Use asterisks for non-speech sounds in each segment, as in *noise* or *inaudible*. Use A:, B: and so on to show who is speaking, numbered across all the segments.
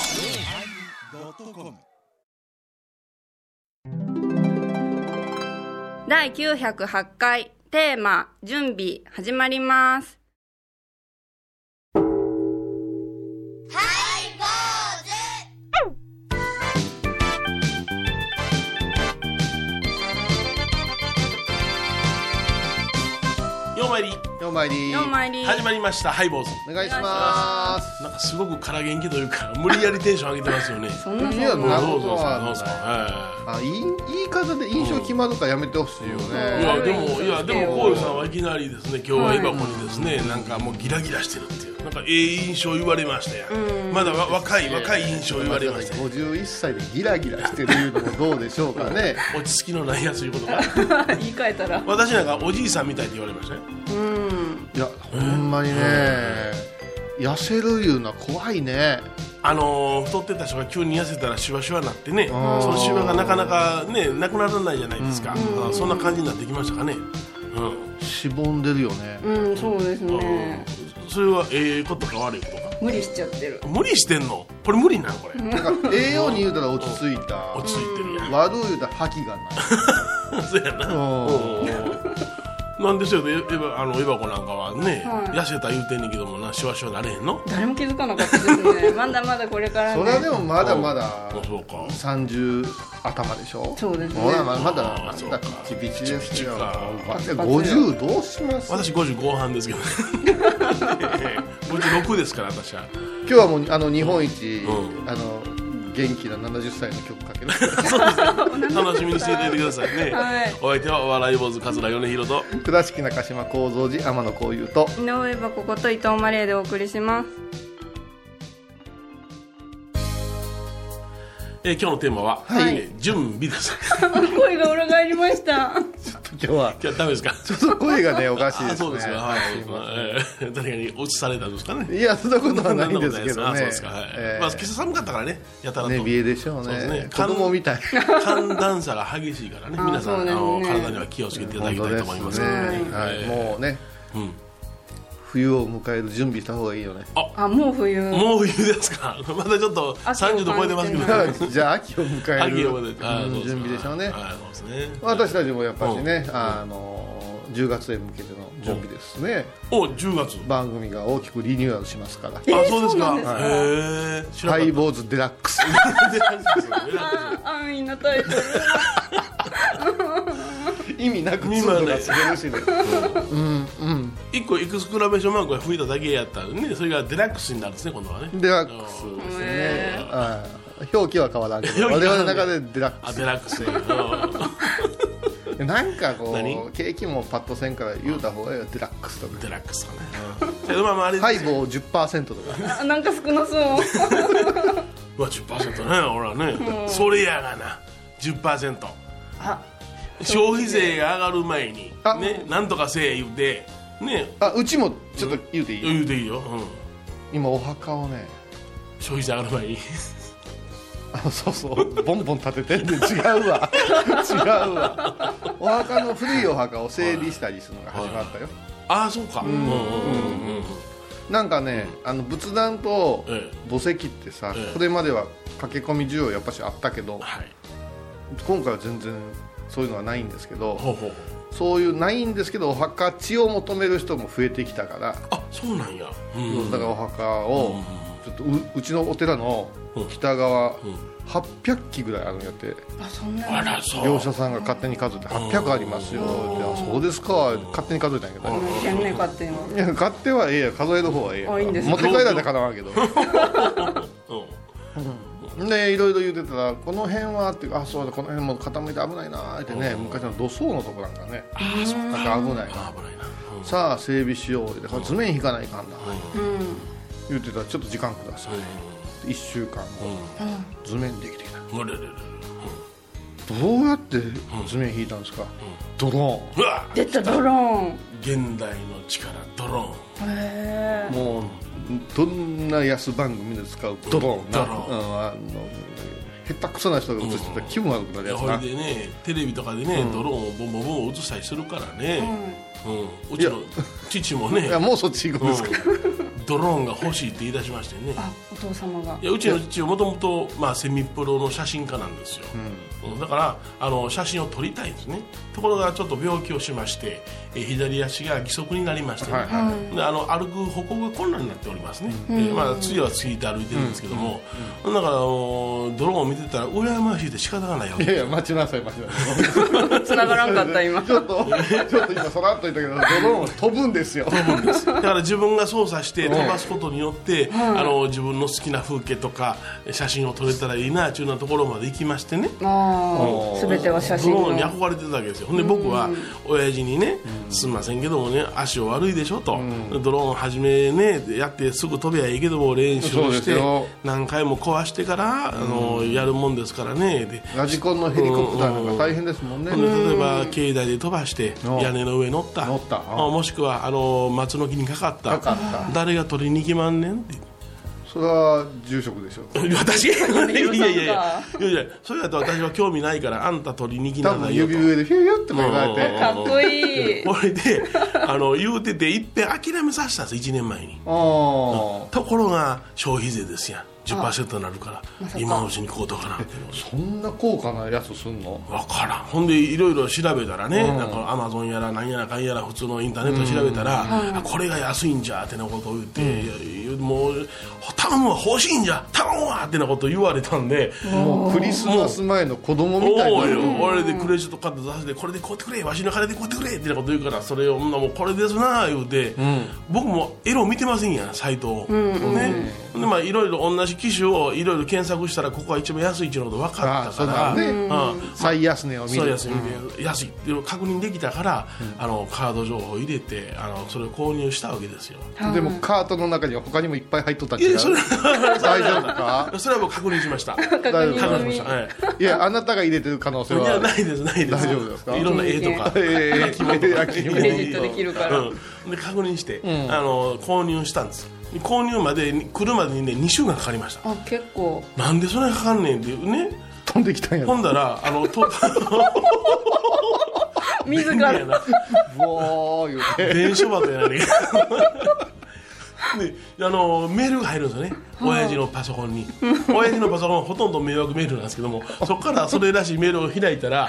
A: yosmir
B: 第908回テーマ「準備」始まります
C: ようまいり
D: 四枚に
B: 4枚入り
C: 始まりましたハイボーズ
D: お願いします。
C: なんかすごく空元気というか無理やりテンション上げてますよ
B: *laughs*
C: ね
B: そんなそ
D: いや
B: ん
C: どう
B: な
C: ぞどうぞどうぞ
D: な
C: ど
D: ん
C: うぞ
D: か
C: は
D: あ、いい言い方で印象決まるからやめてほしい
C: い
D: よ
B: うん
C: い
D: ね。
C: やでもいやでも
B: うん
C: コールさんはいきなりですね今日は今ここにですね、なんかもうギラギラしてるっていうなんかええ印象言われましたやん、まだわ若い若い印象言われましたよ
D: 五十一歳でギラギラしてるいうのもどうでしょうかね。
C: 落ち着きのないやついうことか
B: *laughs* 言い換えたら
C: 私なんかおじいさんみたいって言われましたね
B: うん
D: いや、ほんまにね。痩せるいうのは怖いね。
C: あのー太ってた人が急に痩せたらシワシワになってねそ
D: ん
C: のシワがなかなかねなくならないじゃないですか、あそんな感じになってきましたかねうん
D: しぼんでるよね。
B: うんそうですね
C: それはええことか悪いことか
B: 無理しちゃってる
C: 無理してんのこれ無理なんこれ
D: なんか栄養に言うたら落ち着いた。
C: 落ち着いてるやん
D: 悪い言うたら覇気がない。
C: そうやな
D: うん
C: うんなんですよねエヴァあのエヴァ子なんかはね、痩せた言うてんねんけどもなシワシワなれへんの
B: 誰も気づかなかったですね *laughs* まだまだこれから
D: それは
B: ね
D: でもまだまだ
C: あそうか
D: 三十頭でしょ。
B: そうですね
D: ほらまだまだ
C: あそう
D: ま
C: か
D: だピチピチですよ
C: か。
D: 五十どうします。
C: 私50後半ですけど
B: *laughs*
C: ね56ですから私は
D: 今日はもうあの日本一、
C: う
D: あの元気な70歳の曲かける
C: 楽しみにしていただいてくださいね、
B: はい
C: お相手はお笑い坊主桂米広と
D: *laughs* 倉敷中島幸三寺天野幸雄と
B: 井上はここと伊藤マレーでお送りします
C: えー今日のテーマは、
B: はい
C: えー準備
D: *laughs*
C: です。
B: 声が裏返りました
D: 今日は
C: 今日はダメですか。
D: ちょっと声がねおかしいです
C: あ
D: ね
C: そうですか。はい
D: すい。ま
C: えー誰かに落ちされたんですか
D: せん
C: ね。
D: いやそんなことはないんですけ
C: そ
D: ど
C: んなことないです
D: ね
C: あそうですか。はい。
D: えー
C: まあ今朝寒かったからね。やたらと。
D: ね冷えでしょう
C: そうで
D: ね
C: すね
D: 子供みたい
C: 寒暖差が激しい
D: *laughs*
C: からね。
B: あー
C: 皆さん、
B: そう
C: あ
B: ですね
C: の体には気をつけていただきたいと思いますけどね。
D: はい
C: えー
D: もうね、
C: うん
D: 冬を迎える準備した方がいいよね
B: *laughs*
D: *laughs*
B: あもう冬
C: もう冬ですか。 *laughs* まだちょっと
B: 秋を
C: 30度超えてますけど。
D: じゃあ秋を迎え
C: 秋
D: る
C: を超えてあー
D: うん
C: そうすか
D: 準備でしょうね
C: はいそうですね。
D: 私たちもやっぱりね、あの10月へ向けての準備ですね、
C: お10月。
D: 番組が大きくリニューアルしますから
C: あそうで
B: そう
C: すか。
B: なん
C: へえ。知ら
D: ハ
C: なか
D: イ
C: っ
D: ボーズデラックス
C: た。
B: 安易なタイトル
D: 意味な
C: *laughs*
D: く
C: 意味は
D: 通路
C: な
D: が
C: い
D: 滑るしね
C: 一個エクスクラメーションマークが増えただけやったらねそれがデラックスになるんですね今度はね
D: デラックスですねああ表記は変わらんけど
C: 表記
D: 我
C: は
D: 々
C: 変わら
D: の
C: ん
D: 中でデラッ
C: あデラックスうん
D: クスなんかこ
C: 何
D: う景気もパッとせんから言うた方がいいよデラックスとか
C: デラックスかねけどまあまああれ
D: ハイボー10%とか
B: あなんか少なそう
C: うわ10%ねほらねそれやがな10%
B: あ
C: 消費税が上がる前に
D: あ
C: ねなんとかせえ言うてね
D: あうちもちょっと言うていい
C: 言うていいよ、うん、
D: 今お墓をね
C: 消費税上がる *laughs* 前に
D: あそうそうボンボン立ててんで違うわ違うわお墓の古いお墓を整理したりするのが始まったよ
C: ああそうかうんうんうんうん
D: なんかね、あの仏壇と
C: え
D: 墓石ってさ、
C: ええ
D: これまでは駆け込み需要やっぱしあったけど、
C: はい
D: 今回は全然そういうのはないんですけど、
C: ほうほう
D: そういうないんですけどお墓地を求める人も増えてきたから、
C: あそうなんやうん
D: だからお墓を、ちょっとううちのお寺の北側、800基ぐらいあるんやって
B: あそんな
C: あらそう
D: 業者さんが勝手に数えて800ありますよ、であそうですか勝手に数えたんやけど、
B: 天然かっていうの
D: いや買ってはええや数える方はええや
B: あいいんですね
D: 持って帰られたらかなわんけど
C: うん
D: でいろいろ言ってたらこの辺はってあそうだこの辺も傾いて危ないなーってね昔の土葬のとこなんかねなんか危ないな
C: あ危ないなうん
D: さあ整備しようでこれ図面引かないかんな、言ってたらちょっと時間ください、1週間後、図面できてきた
C: あれれれれ
D: どうやって図面引いたんですか、ドロ
C: うわ
B: 出たドローン
C: 現代の力ドロ
B: へ
D: ーンもうどんな安番組で使うドローンな
C: ドローン
D: うんあの下手くそな人が映してたら気分悪くな
C: ー
D: るや
C: ン
D: つ
C: ほ
D: な、
C: いでねテレビとかでね、ドローンをボンボンボン映したりするからね、うんうちの父もね
D: いやもうそっち行くんですか、
C: うんドローンが欲しいって言い出しましてね
B: あお父様が
C: いやうちの父はもともとまあセミプロの写真家なんですよ、うんだからあの写真を撮りたいんですねところがちょっと病気をしましてえー左足が義足になりましてね、
D: はいは
C: であの歩く歩行が困難になっておりますね、えーまあ、次はついて歩いてるんですけども、だからあのドローンを見てたら羨ましいで仕方がないわ
D: い *laughs*
C: け
D: やいや待ちなさい待ちなさい
B: 繋がらんかった今
D: ちょっとちょっと今そらっと言ったけどドローン飛ぶんですよ
C: だから自分が操作して飛ばすことによって、あの自分の好きな風景とか写真を撮れたらいいなというようなところまで行きましてね
B: ああ全ては写真
C: ドローンに
B: の
C: 憧れてたわけですよほんで僕は親父にね、すんませんけどもね足を悪いでしょと、ドローン始めねやってすぐ飛べばいいけども練習
D: そう
C: を
D: で
C: し
D: す
C: て
D: よ
C: 何回も壊してから、あのやるもんですからねで
D: ラジコンのヘリコプターなんか大変ですもんね
C: ほんで例えば境内で飛ばして
D: うん
C: 屋根の上乗った
D: 乗ったうん
C: あもしくはあの松の木にかかった
D: かかった
C: 誰が取りに行きまんねん
D: *laughs*
C: って
D: それは住職でしょ
C: 私いやいやいやいやい
B: が
C: やいやそれだと私は興味ないからあんた取りに来な
D: 多
C: さ
D: 分
C: いよ
D: 指
C: と
D: 上でヒューヒューっても言われて
C: うん
D: あ
B: かっこ
C: *laughs*
B: いい
C: これであの言うてていっぺん諦めさせたんです1年前に
D: あ
C: ところが消費税ですやん10%になるから今のうちにこうとかな
D: そんな高価なやつすんの
C: 分からんほんでいろいろ調べたらね、なんかアマゾンやら何やらかんやら普通のインターネット調べたら、あこれが安いんじゃってなことを言って、いやもう頼むわ欲しいんじゃ頼むわってなことを言われたんで、
D: もうクリスマス前の子供みたい
C: おお
D: な
C: よ俺でクレジットカード出してこれで買うてくれわしの金で買うてくれってなこと言うからそれをうんなもうこれですな言うて、僕もエロ見てませんやんサイトを、ねでまあいろいろ同じ機種をいろいろ検索したらここが一番安いっていうのが分
D: あ
C: かっ
D: あ
C: たか
D: そう
C: ら
D: だね
C: うん
D: 最安値を見
C: そう
D: る
C: 安い、安いって確認できたから、あのカード情報を入れてあのそれを購入したわけですよ
D: でもカートの中には他にもいっぱい入っとったん
C: い
D: 違う
C: やそれ
D: 大丈夫か
C: それは僕確認しました
D: 大丈夫
C: 確認
D: か
C: しました、はい
D: いやあなたが入れてる可能性
C: いや
D: は
C: ないですないです
D: 大丈夫ですか
C: いろんな絵とか
D: ええええ焼き芋
B: クレジットできるから
C: うん、で確認して、あの購入したんです購入までに来るまでにね2週間かかりました
B: あ結構
C: なんでそれかかんねんっていうね
D: 飛んできたんや
C: ほ
D: ろ
C: んだらあの
B: *laughs*
C: と *laughs*
B: 自
C: いや
B: ら
C: な
D: ぼー言うて
C: 電書箱やな *laughs* にであのメールが入るんですよね親父のパソコンに親父のパソコンはほとんど迷惑メールなんですけど *laughs* もそこからそれらしいメールを開いたら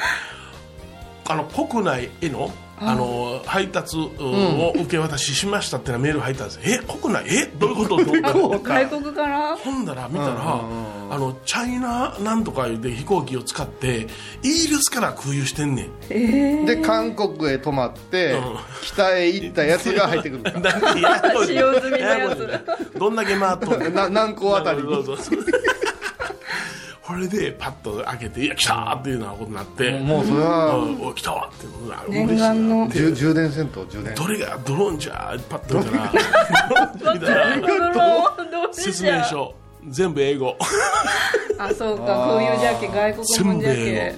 C: あの国内へのあの配達うんを受け渡ししましたってなメールが入ったんです、え国内えどういう *laughs* ことって思ったら
B: 外国から
C: ほんだら見たら、あのチャイナなんとかいうで飛行機を使ってイギリスから空輸してんねん
D: で韓国へ泊まって
C: うん
D: 北へ行ったやつが入ってくるか
C: なんでややこしい
B: 使用済みのやつ
C: ややこしいどんだけ回っとんねん
D: な *laughs* 南港あたりに
C: そうそうそうこれでパッと開けて「いや来た!」っていう *laughs* ようなことになって「
D: もうそれは
C: うんお来たわ!」ってうわ嬉し
B: 念
C: いな
B: 願の
D: じゅ充電せんと充電
C: どれがドローンじゃパッと見たら見たら
B: どうし
C: 説
B: よ
C: 明書全部英語
B: うあそうか空輸じゃけ外国も
C: 全
B: ん
C: 部
B: じゃ
C: 英
B: け
C: 語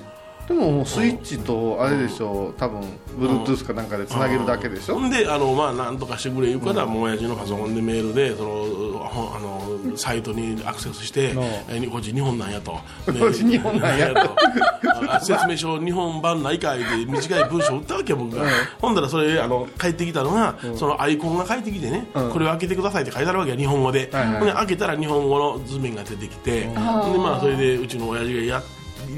D: でももうスイッチとあれでしょう多分 Bluetooth かなんかでつなげるだけでしょ
C: ほんであの、まあ、なんとかしてくれ言うから、もう親父のパソコンでメールでそのほあのサイトにアクセスして
D: うん
C: 「えにこっち日本なんや」と「で
D: こっち日本なんや
C: と」 *laughs* あ説明書日本版ないかい」で短い文章を打ったわけよ僕が、ほんだらそれあの帰ってきたのが、そのアイコンが返ってきてね、
D: ん
C: これを開けてください」って書いてあるわけよ日本語で、
D: はいはい
C: ほんで開けたら日本語の図面が出てきて、ほんでまあそれでうちの親父がや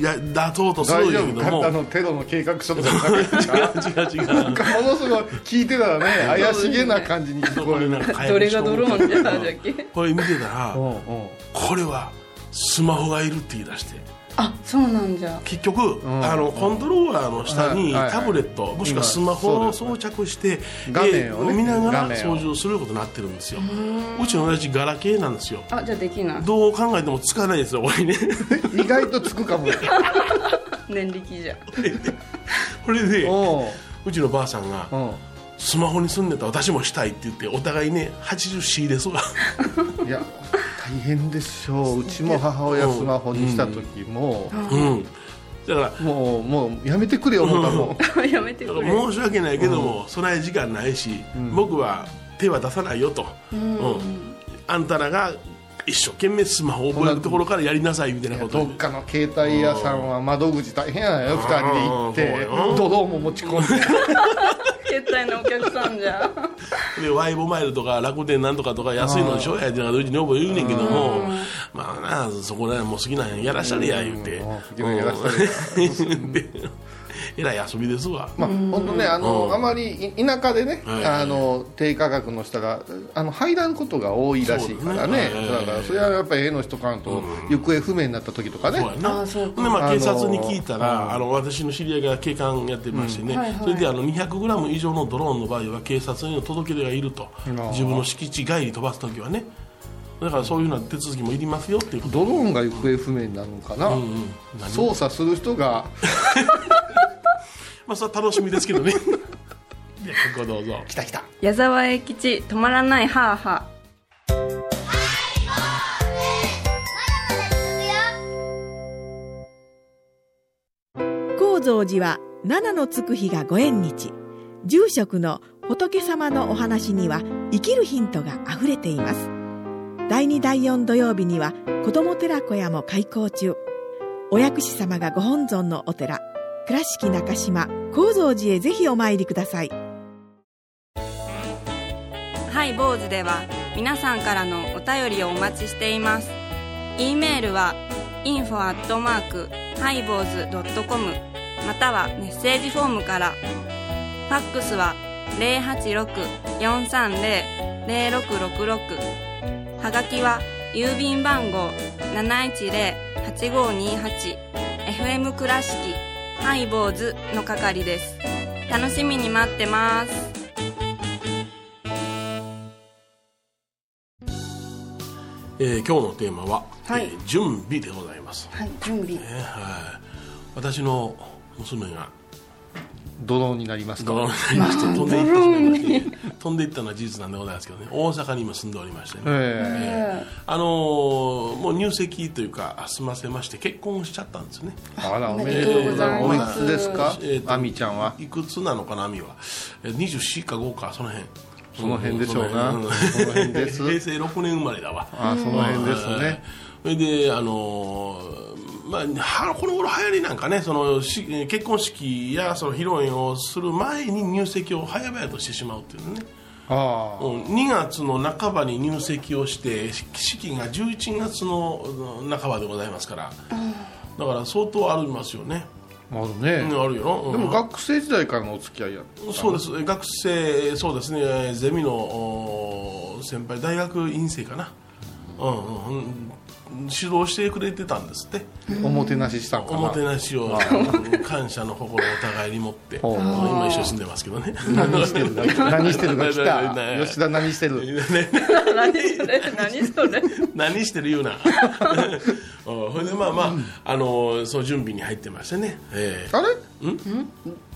C: やだとうとする
D: 大
C: んや
D: 丈
C: け
D: 夫
C: ど
D: か
C: も
D: あのテロの計画書とかに書ける
C: *laughs*
D: か
C: 違う違う違う
D: ものすごい聞いてたらね怪しげな感じに聞こえるうんうん
B: どれがドローンじゃったんじゃけ
C: これ見てたら
D: う
C: これはスマホがいるって言い出して
B: あそうなんじゃ
C: 結局、あのコントローラーの下に
D: はいはい
C: タブレット、もしくはスマホを装着して、
D: 画面を
C: えー
D: ね
C: 見なが
D: 画
C: ら
D: 面を
C: 操縦することになってるんですようちの親父ガラケーなんですよ
B: あじゃあできない
C: どう考えても使わないですよ俺ね *laughs*
D: ん意外とつくかも
B: 念力じゃ *laughs*
C: これで
D: *laughs* う
C: うちのばあさんが
D: んうん
C: スマホに住んでた私もしたいって言ってお互いね 80C *laughs* ですわ
D: いや大変でしょううちも母親スマホにした時も、
C: うんだから
D: もうもうやめてくれよ思ったもん
B: やめて
C: だ
B: く
C: か
B: れ
C: ら申し訳ないけども、備え時間ないし、僕は手は出さないよと、うんあんたらが一生懸命スマホを覚えるところからやりなさいみたいなこと
D: どっかの携帯屋さんは窓口大変やなよ2人で行って
C: うん
D: *laughs* ドローンも持ち込んで
B: 接待のお客さんじゃ *laughs* ん
C: でワイボマイルとか楽天なんとかとか安いのでしょやってなんかうち女房言うねんけどもまあなそこら辺もう好きなんややらしたりや言うて
D: うん好きなんやらした
C: うん *laughs* でえらい遊びですわ
D: まあ、本当ね、あの、
C: うん
D: あまりい田舎でね、
C: はい
D: あの低価格の人が、あの入らんことが多いらしいからね。
C: そうですね
D: だから、それはやっぱり絵の人かんと、行方不明になった時とかね。
C: そうやな
B: あそうか
C: でまあ、警察に聞いたら、あの私の知り合いが警官やってましてね、
B: うんはいはい
C: それであの 200g 以上のドローンの場合は警察にの届け出がいると
D: ー
C: 自分の敷地外に飛ばす時はねだからそういうような手続きもいりますよっていうこと
D: ドローンが行方不明になるのかな。
C: うんうん何
D: 操作する人が
C: まあそれは楽しみですけどねでここどうぞ
D: 来た来た
B: 矢沢永吉止まらないハーハ
A: 高蔵寺は七のつく日がご縁日住職の仏様のお話には生きるヒントがあふれています第2第4土曜日には子ども寺小屋も開校中お薬師様がご本尊のお寺倉敷中島・高蔵寺へぜひお参りください
B: ハイボーズでは皆さんからのお便りをお待ちしています。e メールは info アットマークハイボーズドットコムまたはメッセージフォームから。ファックスは086-430-0666はがきは郵便番号710-8528 FM 倉敷ハイボーズの係です。楽しみに待ってます。
C: えー今日のテーマは、
B: はい
C: えー準備でございます、
B: はい、準備。
C: えーはい私の娘が
D: ドローンになります
C: ド
D: か
C: ローンになりまして飛んでいってしまいまして飛んでいったのは事実なんでございますけどね大阪に今住んでおりましてね、
D: ええ
C: あのーもう入籍というか済ませまして結婚しちゃったんですね
D: あらおめ
B: めで
D: で
B: と
D: と
B: う
D: う
B: ござ
D: ござ
B: い
D: い
B: ま
D: ますすおいくつですか
C: えーと
D: 亜美ちゃんはい
C: くつなのかな亜美はえー24か5かその辺
D: その辺でしょうな
C: その
D: その辺です
C: *laughs* 平成6年生まれだわ
D: あその辺ですね
C: それであのーまあ、はこの頃流行りなんかねそのし結婚式やその披露宴をする前に入籍を早々としてしまうっていうね、
D: あ
C: うん、2月の半ばに入籍をしてし式が11月のうん半ばでございますから、だから相当ありますよね、
D: あある
C: う
D: ね
C: んあるよ、うん
D: でも学生時代からのお付き合いや
C: そうです学生そうですねゼミのお先輩大学院生かなうんうんうん指導してくれてたんですって
D: おもてなししたんか
C: お
D: な
C: もてなしをうん感謝の心をお互いに持って
D: ほう
C: 今一緒に住んでますけどね
D: 何してるか何してるか
C: *laughs*
D: 来
C: ないないな
D: た
C: い
D: 吉田何してる
B: *laughs* 何それ何それ
C: 何してる言うな *laughs* うんほいでまあまあ、あのそう準備に入ってましてね、え
D: あれ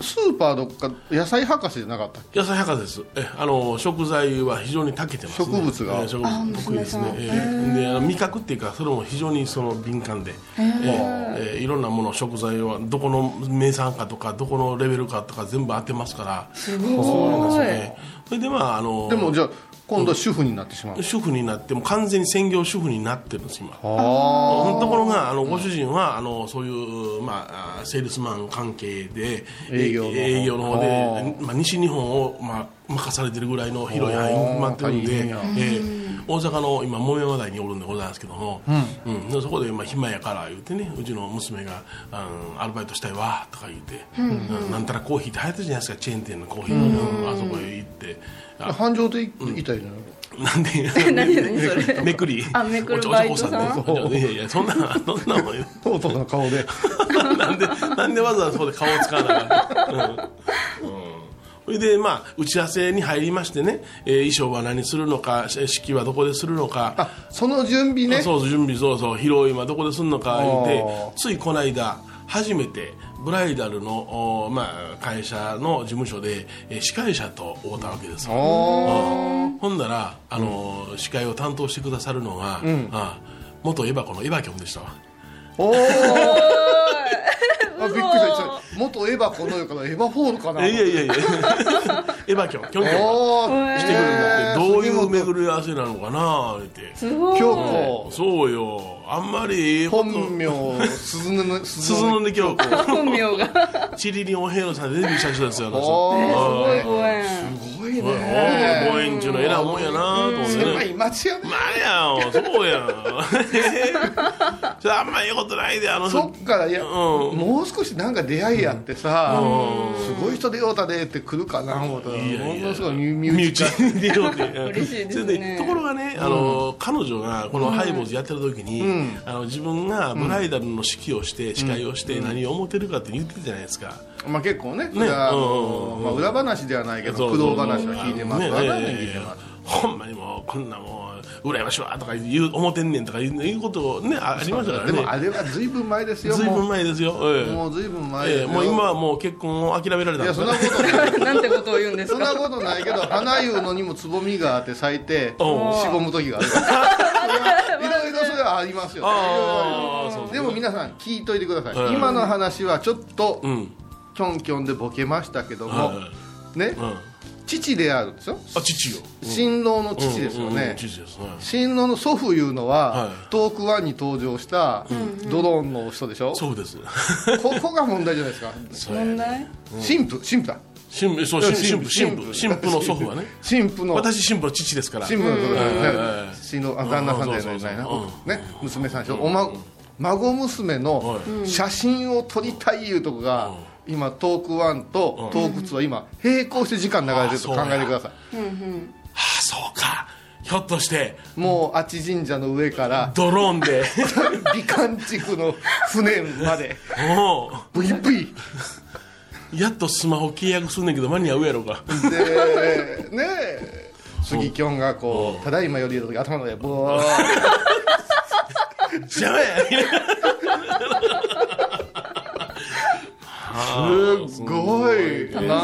D: スーパーどっか野菜博士じゃなかったっ
C: え野菜博士ですえあの食材は非常に長けてます、ね、
D: 植物が
C: ええ植物得意ですね、ええであの味覚っていうかそれも非常にその敏感で、ええええいろんなもの食材はどこの名産かとかどこのレベルかとか全部当てますからすごいそうなんですよねそれでまああの
D: けでもじゃあ今度は主婦になってしまう
C: 主婦になっても完全に専業主婦になってるんです今
D: あ
C: ところがあのご主人はあのそういう、まああ、セールスマン関係で
D: 営業の
C: 営業の方
D: あ
C: で、まあ、西日本を、まあ、任されてるぐらいの広い範囲に決まってるん
D: 大
C: で
D: 変や、
C: えー大阪の今桃山台におるんでございますけども、うんでそこで、まあ、暇やから言うてねうちの娘が「あのアルバイトしたいわ」とか言うて、うんなんたらコーヒーって流行ってるじゃないですかチェーン店のコーヒーの、うんあそこへ行って
D: あ
C: あ
D: 繁盛でいいたよね
C: なん
D: *laughs*
C: で
B: 何何それ
C: めくり
B: あめくる
C: おちょ
B: バイト
C: おちょこ
B: さん
C: ねいやいやそんなそんなもんよ
D: とうとうの顔で
C: なんで、 *laughs* なんでわざわざそこで顔を使わなかった。うん。うん。それで、まあ、打ち合わせに入りましてね、えー衣装は何するのか、し式はどこでするのか、
D: *laughs* あその準備ね
C: そうそう、準備、そうそう、披露宴はどこでするのか、言う
D: あ
C: て
D: ー、
C: ついこの間、初めて、ブライダルの、おまあ、会社の事務所で、えー司会者と会うたわけですよ
D: *laughs*
C: うんほんなら、あのー司会を担当してくださるのが、あ元エバコのエバキョンでしたわ。
D: おおあびっくりした元エヴァこの世からエヴァフォールかない
C: *laughs* やいやいや、エバキョン、キョンキョン。
D: おお
C: してくるんだってどういういう巡り合わせなのかな言って
B: すごい
D: 京子
C: そうよあんまりええこと
D: 本名鈴の
C: 鈴の
D: 鈴
C: 音京子
B: *laughs* 本名 *laughs* が
C: チリリン・オヘイロさんでデビューした人ですよ私
D: おー
B: すごいご縁
D: すごい
C: お
D: ね
C: ーご縁っちゅうのはえらいもんやなと思ってね
D: 狭い町や
C: まあやんそうやん *laughs* それあんまええことないであの人
D: そっからいや、
C: うん
D: もう少しなんか出会いやってさ、すごい人出ようたでって来るかな思ったら
C: いやいや
D: ものすごい身
C: 身
D: 内
C: 内
D: が
C: に出ようって
B: 嬉しいですね
C: それところがねあの、彼女がこのハイボーズやってる時に、あの自分がブライダルの指揮をして、司会をして何を思ってるかって言ってたじゃないですか、
D: まあ結構ねそれは
C: うん
D: まあ、裏話ではないけど
C: そう
D: 苦
C: そう
D: 労話は聞いてます
C: ね
D: わかんない
C: ええ
D: 聞いてます
C: ほんまにもうこんなもう羨ましいわとか言う思ってんねんとかいういうことねあありましたから
D: でもあ
C: ね
D: れはずいぶん前ですよ
C: ずいぶん
D: も
C: 前ですよ、え
D: う
C: え
D: もうずいぶん
C: え
D: 前です
C: え
D: よ
C: もう今はもう結婚を諦められた
D: い
C: んで
D: や
C: す
D: そ
C: よ
D: んなことない
B: なんてことを言うんです
D: そん
B: か
D: なことないけど花湯のにもつぼみがあって咲いてしぼむ時があるそれはいろいろそれはありますよね
C: ああそうそう
D: でも皆さん聞いといてください、
C: うん
D: 今の話はちょっと
C: うん
D: キョンキョンでボケましたけども、
C: はいはい
D: ね、
C: うんあ
D: 父であるんですよ
C: 父よ
D: 新郎の父です
C: う
D: よね、
C: んうんうん父ですね
D: 新郎の祖父いうのは、
C: はい
D: トークワンに登場したドローンの人でしょ、
C: そうです
D: こ *laughs* こが問題じゃないですか
C: そうや
B: 問題
D: 神父神父だ
C: 神父そう神父神父神
D: 神
C: 父神父の祖父は *laughs* ね
D: 神父の
C: 私神父の父ですから
D: 新聞のところ
C: うん
D: ね新郎あ旦那さんじゃないな
C: うん
D: ね娘さんでしょおま孫娘の写真を撮りたいいうとこが今トーク1とトーク2は今並行して時間流れてると考えてくださ
C: ああそうかひょっとして
D: いもうあっち神社の上から *laughs*
C: ドローンで *laughs*
D: 美観地区の船まで
C: も
D: ブイブイ
C: うやっとスマホ契約すんねんけど間に合うやろうか *laughs*
D: でねえ杉きょんがこう「ただいまより」の時頭の上ボーッ
C: じゃあ *laughs* や
D: すっごいな
C: 楽しそうやけど
D: んか
C: な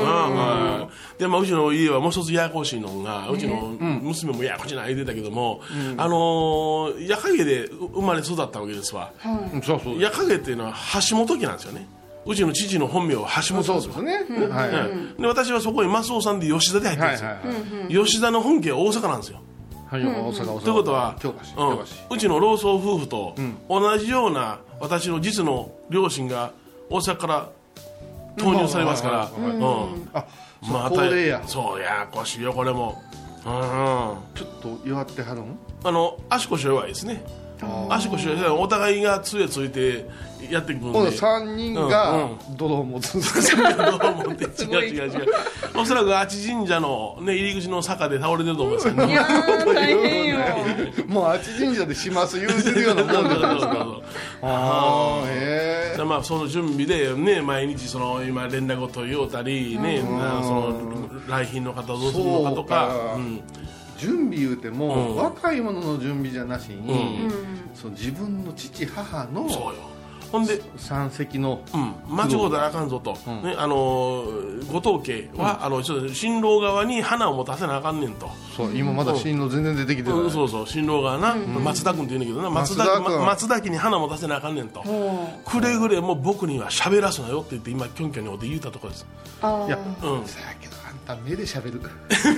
C: はいでまあ、うちの家はもう一つややこしいのがうちの娘もややこしいな言うてたけども、あのー、夜影で生まれ育ったわけですわ、
D: うんそうそう
C: 夜影っていうのは橋本家なんですよねうちの父の本名は橋本
D: そう
C: です
D: で
C: わ
D: すねはい
C: はいで私はそこにマスオさんで吉田で入ってるん
D: はい
C: ですよ、
D: はいはい
C: 吉田の本家は大阪なんですよ
D: はい、大阪大阪
C: ということは
D: 京橋
C: うん
D: 京
C: うちの老僧夫婦と同じような私の実の両親が大阪から投入されますから
D: うん
C: うん
D: 橋あ
C: ま
D: そこでや
C: そうややこしいよこれもうんうん
D: ちょっと弱ってはるん
C: あの足腰弱いですね足腰弱いお互いが杖ついてやってくるん
D: ほん
C: で
D: で3人
C: うん
D: が
C: うん
D: 泥を持つんです *laughs*
C: どう *laughs* 思って違う違う違うおそらくあち神社の、ね、入り口の坂で倒れてると思
D: *laughs*
C: いますよ
B: いやー大変 *laughs* よ
D: もうあっち神社でします言うてるようなもんじゃないですかああへえ
C: まあ、その準備で、ね、毎日その今連絡を取り合うたり、ねなその来賓の方どうするのかと
D: そう
C: か
D: か
C: うん
D: 準備言うて
C: う
D: も、
C: ん
D: 若い者の準備じゃなしに、
C: う
D: その自分の父母
C: そう
D: の
C: よほんで、
D: 山籍の
C: うん、間違うたらあかんぞと、ねあのー後藤家は、あのちょっと新郎側に花を持たせなあかんねんと、
D: そう今まだ新郎全然出てきてない、
C: うんそうそう新郎がな、松田君って言うねんだけどな松田
D: 松田君
C: ま松田家に花持たせなあかんねんと、くれぐれも僕には喋らすなよって言って今キョンキョンにおって言うたとこです
D: いや
C: うん
D: さやけどあんた目で喋る
C: *laughs*
D: 目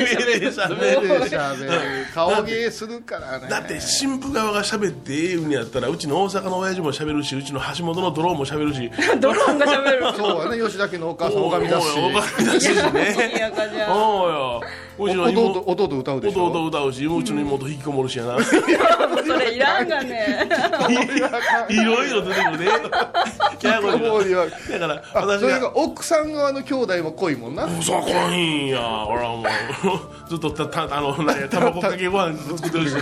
C: 喋
D: で喋る顔芸するからね
C: だって新婦側が喋ってええんやったらうちの大阪の親父も喋るしうちの橋本のドローンも喋るし
B: ドローンが喋る
D: そうやね吉田家のお母さん拝みだし
C: おうおう拝み出すし
B: にぎや
C: ね
B: かじゃん
C: おうようちの妹
D: 弟弟歌うでしょ
C: 弟歌うしうちの妹引きこもるしやな
B: それいらんがね
C: いろいろ出てくるねややこしいな
D: もういや
C: だから
D: あ
C: 私
D: それ
C: が
D: が奥さん側の兄弟も濃いもんな
C: 「そこいんやほらもう *laughs* ずっとたたあのなんやタバコかけご飯ずっと作ってるし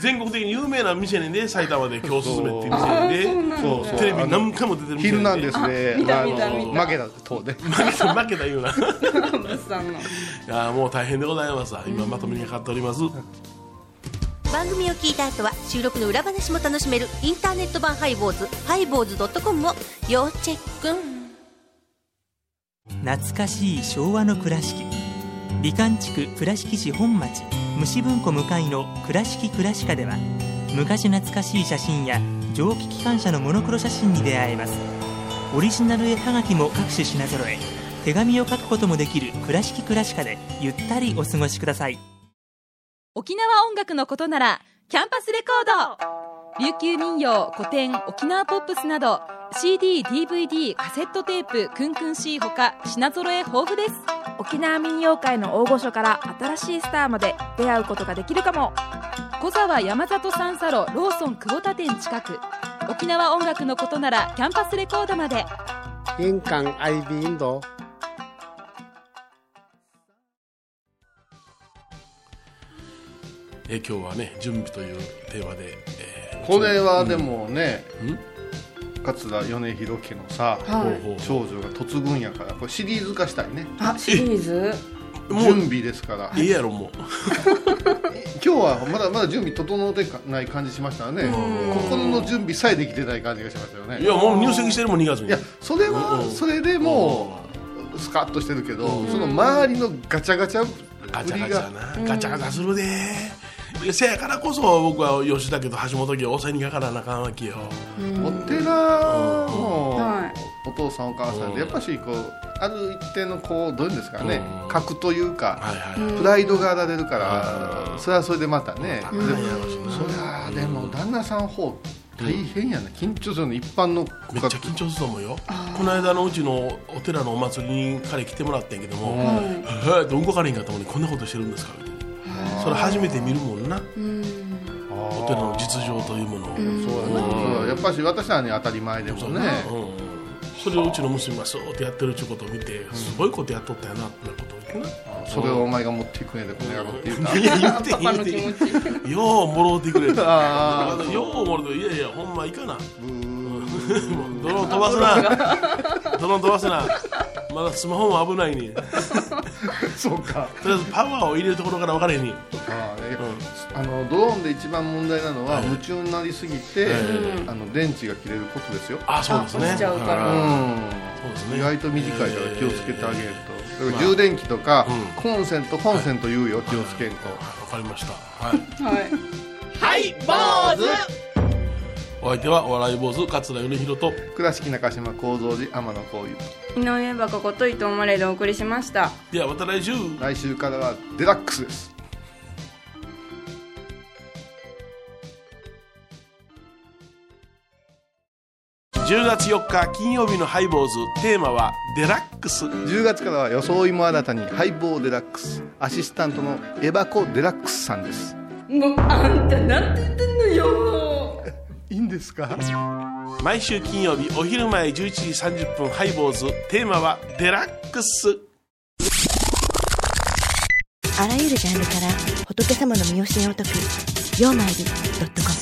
C: 全国的に有名な店にね埼玉で今日おすすめっていう店にね
D: そうそう
C: テレビ何回も出てる
D: 「
C: みたい
D: 昼なんですね」
B: 見た
D: あ
B: 見た見
D: の
B: た
D: 負けたとで
C: 負けた *laughs* 負けた言うな *laughs* い
B: 物産の
C: やもう大変でございますわ今まとめにかかっております、
E: 番組を聞いた後は収録の裏話も楽しめるインターネット版ハイボーズハイボーズ .com を要チェック
F: 懐かしい昭和の倉敷美観地区倉敷市本町虫文庫向かいの「倉敷倉歯科」では昔懐かしい写真や蒸気機関車のモノクロ写真に出会えますオリジナル絵はがきも各種品揃え手紙を書くこともできる「倉敷倉敷科」でゆったりお過ごしください
G: 沖縄音楽のことならキャンパスレコード琉球民謡古典沖縄ポップスなど CDDVD カセットテープクンクン C ほか品揃え豊富です
H: 沖縄民謡界の大御所から新しいスターまで出会うことができるかも
G: 小沢山里三佐路ローソン久保田店近く沖縄音楽のことならキャンパスレコードまで
I: 玄関アイビーインド
C: え今日はね準備というテーマで、えー
D: これはで、もね、桂米広家のさ、
C: はいほうほう
D: 長女が突軍やからこれシリーズ化したいね
J: あシリーズ
C: もう
D: 準備ですから
C: いいやろもう
D: 今日はまだまだ準備整ってない感じしましたね心の準備さえできてない感じがしましたよね
C: いやもう入籍してるもん2月に
D: いやそれ
C: う
D: は
C: ん
D: それでもうスカッとしてるけどその周りのガチャガチャ
C: ガ
D: 売
C: チャガ
D: り
C: チャ
D: が
C: なガチャガチャするでいやせやからこそ僕は吉田家と橋本家を抑えにかからなあかんわけよ
D: お寺の
J: は
D: お父さんお母さん
C: うん
D: でやっぱしこうある一定のこうどういうんですかね
C: うん
D: 格というか
C: はいはいはい
D: プライドがあられるからそれはそれでまたねでも
C: 高いやろうしな
D: そりゃでも旦那さん方大変やな緊張するの一般の
C: めっちゃ緊張すると思うよこの間のうちのお寺のお祭りに彼来てもらってんけども「へえ」って動かれへんかったもんにこんなことしてるんですかみたいなそれ初めて見るもんなお寺の実情というものを
D: そうやなそうややっぱし私はね当たり前でもね
C: うんそれをうちの娘がそうってやってるっちゅうことを見てすごいことやっとったよなってことを言ってな
D: それをお前が持っていくねでこの野郎って言うた
C: いや言って言って言ってようもろうてくれて
D: あー
C: ようもろうていやいやほんまいかなもうドローン飛ばすなドローン飛ばすなまだスマホも危ないね
D: そうか
C: とりあえずパワーを入れるところから分かれへんねん
D: あーいやあのドローンで一番問題なのは夢中になりすぎて、あの電池が切れることですよ、
C: あそうですね
J: 落ちちゃうから
C: そうです
D: うん
C: ね
D: 意外と短いから気をつけてあげると、だから充電器とか、
C: う
D: コンセントコンセント言うよ、気をつけんと、
C: わかりましたはい
J: はい
C: お相手はお笑い坊主桂米広と
D: 倉敷中島幸三寺天野幸雄
B: 井上はここと伊藤マレーでお送りしました
C: ではまた来週
D: 来週からはデラックスです
C: 10月4日金曜日のハイボーズテーマはデラックス
D: 10月からは装いも新たにハイボーデラックスアシスタントのエバコデラックスさんです
J: もうあんたなんて言ってんのよ
D: いいんですか
C: 毎週金曜日お昼前11時30分ハイボーズテーマはデラックス
E: あらゆるジャンルから仏様の身教えを解く「曜マイルドットコム」